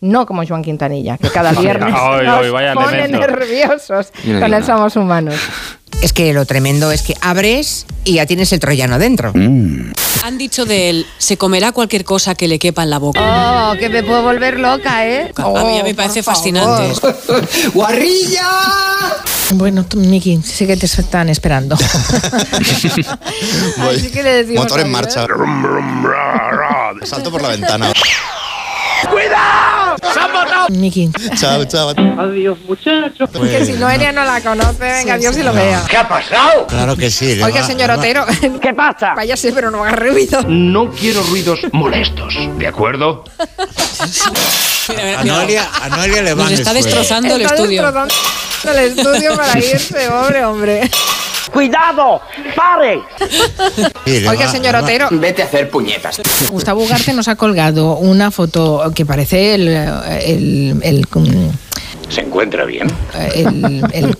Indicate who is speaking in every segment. Speaker 1: No como Joan Quintanilla, que cada viernes
Speaker 2: Ay,
Speaker 1: nos
Speaker 2: ay, vaya
Speaker 1: pone
Speaker 2: elemento.
Speaker 1: nerviosos
Speaker 3: Yo no
Speaker 1: con
Speaker 3: digo
Speaker 1: el
Speaker 3: nada.
Speaker 1: Somos Humanos.
Speaker 4: Es que lo tremendo es que abres y ya tienes el troyano dentro.
Speaker 3: Mm.
Speaker 5: Han dicho de él, se comerá cualquier cosa que le quepa en la boca.
Speaker 1: Oh, que me puedo volver loca, ¿eh?
Speaker 5: a mí ya me parece fascinante.
Speaker 3: ¡Guarrilla!
Speaker 6: Bueno, tú, Miki, sí que te están esperando.
Speaker 1: Así que le decimos
Speaker 7: Motor en
Speaker 1: adiós.
Speaker 7: marcha. Salto por la ventana.
Speaker 6: Miki.
Speaker 7: Chao, chao.
Speaker 1: Que si no, Enia no la conoce, venga, Dios y lo vea.
Speaker 7: Claro que sí. que
Speaker 1: Oiga,
Speaker 7: va-
Speaker 1: señor
Speaker 7: va-
Speaker 1: Otero. ¿Qué pasa? Váyase, pero no haga ruido.
Speaker 2: No quiero ruidos molestos, ¿de acuerdo?
Speaker 5: Mira, mira,
Speaker 7: A
Speaker 5: mira.
Speaker 7: Noelia, a Noelia le eh. van
Speaker 5: Nos está
Speaker 7: el suelo.
Speaker 5: destrozando el
Speaker 1: Está
Speaker 5: estudio.
Speaker 1: destrozando el estudio para irse, pobre hombre.
Speaker 7: Sí, le
Speaker 1: Oiga,
Speaker 7: va-
Speaker 1: señor
Speaker 7: le va-
Speaker 1: Otero.
Speaker 3: Vete a hacer puñetas.
Speaker 6: Gustavo Ugarte nos ha colgado una foto que parece el. el, el-
Speaker 8: ¿Se encuentra bien?
Speaker 6: el- el-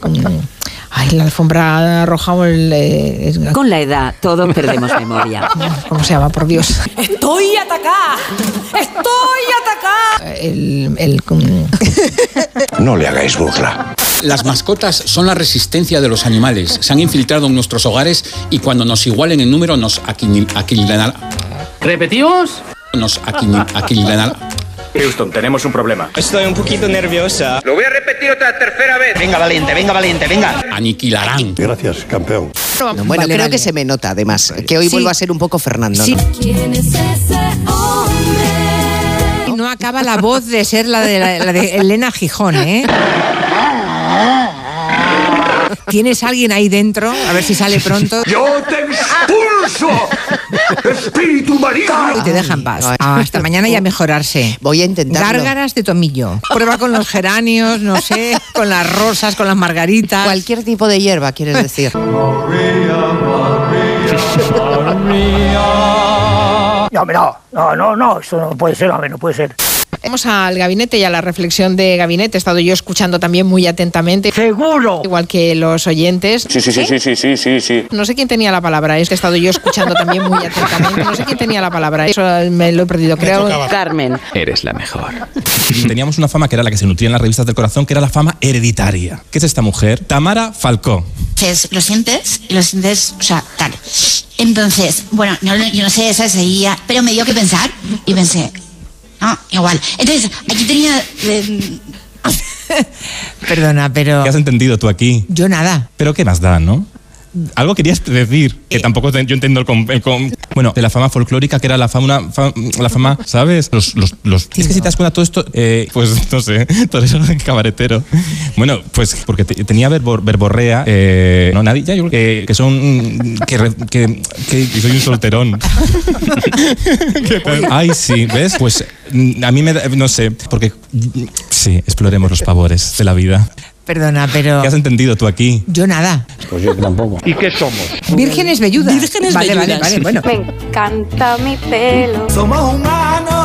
Speaker 6: ay, la alfombra roja o el. eh, el-
Speaker 9: Con la edad todos perdemos memoria.
Speaker 6: ¿Cómo se llama? Por Dios.
Speaker 5: Estoy atacada. Estoy atacada.
Speaker 6: El. el-
Speaker 8: No le hagáis burla.
Speaker 10: Las mascotas son la resistencia de los animales. Se han infiltrado en nuestros hogares y cuando nos igualen en número nos aquilinan.
Speaker 2: ¿Repetimos?
Speaker 10: Nos aquini- aquilinan.
Speaker 8: Houston, tenemos un problema.
Speaker 3: Estoy un poquito nerviosa.
Speaker 8: Lo voy a repetir otra tercera vez.
Speaker 3: Venga, valiente, venga, valiente, venga.
Speaker 10: Aniquilarán.
Speaker 8: Gracias, campeón.
Speaker 4: Bueno,
Speaker 1: Vale,
Speaker 4: creo
Speaker 1: vale.
Speaker 4: que se me nota además, que hoy
Speaker 1: Sí.
Speaker 4: vuelvo a ser un poco Fernando.
Speaker 1: Sí.
Speaker 4: ¿no? Y no acaba la voz de ser la de, la, la de Elena Gijón, ¿eh? ¿Tienes alguien ahí dentro? A ver si sale pronto
Speaker 8: ¡Yo te expulso! ¡Espíritu
Speaker 4: y
Speaker 8: maligno!
Speaker 4: te dejan paz. Ah, hasta mañana ya mejorarse.
Speaker 3: Voy a intentarlo.
Speaker 4: Gárgaras de tomillo. Prueba con los geranios, no sé, con las rosas, con las margaritas.
Speaker 3: Cualquier tipo de hierba, quieres decir.
Speaker 8: No, hombre, no, no, no, no, eso no puede ser, hombre, no puede ser.
Speaker 6: Vamos al gabinete y a la reflexión de gabinete. He estado yo escuchando también muy atentamente. ¡Seguro! Igual que los oyentes.
Speaker 8: Sí, sí, sí, sí, sí, sí, sí, sí.
Speaker 6: No sé quién tenía la palabra. ¿eh? Es que he estado yo escuchando también muy atentamente. No sé quién tenía la palabra. Eso me lo he perdido, creo.
Speaker 9: Carmen.
Speaker 2: Eres la mejor.
Speaker 10: Teníamos una fama que era la que se nutría en las revistas del corazón, que era la fama hereditaria. ¿Qué es esta mujer? Tamara Falcó.
Speaker 8: Entonces, lo sientes, lo sientes, o sea, tal. Entonces, bueno, no, lo- yo no sé, esa seguía, pero me dio que pensar y pensé, ah, igual. Entonces, aquí tenía... eh,
Speaker 4: Perdona, pero
Speaker 10: ¿Qué has entendido tú aquí?
Speaker 4: yo nada.
Speaker 10: Pero qué más da, ¿no? Algo querías decir, que tampoco te- yo entiendo el, com- el com- Bueno, de la fama folclórica, que era la fama, una fa- la fama ¿sabes? Los, los, los- es que si te das cuenta todo esto, eh, pues no sé, todo eso cabaretero. Bueno, pues porque te- tenía verbor- verborrea, eh, no nadie, ya yo, eh, que son, mm, que, re- que, que- que soy un solterón. Que- Ay, sí, ¿ves? Pues mm, a mí me da, no sé, porque mm, sí, exploremos los favores de la vida.
Speaker 4: Perdona, pero
Speaker 10: ¿Qué has entendido tú aquí?
Speaker 4: yo nada.
Speaker 8: Pues yo tampoco.
Speaker 2: ¿Y qué somos?
Speaker 4: Vírgenes velludas.
Speaker 5: Vírgenes
Speaker 4: vale,
Speaker 5: velludas.
Speaker 4: vale, vale, bueno.
Speaker 1: encanta mi pelo.
Speaker 8: Somos humanos.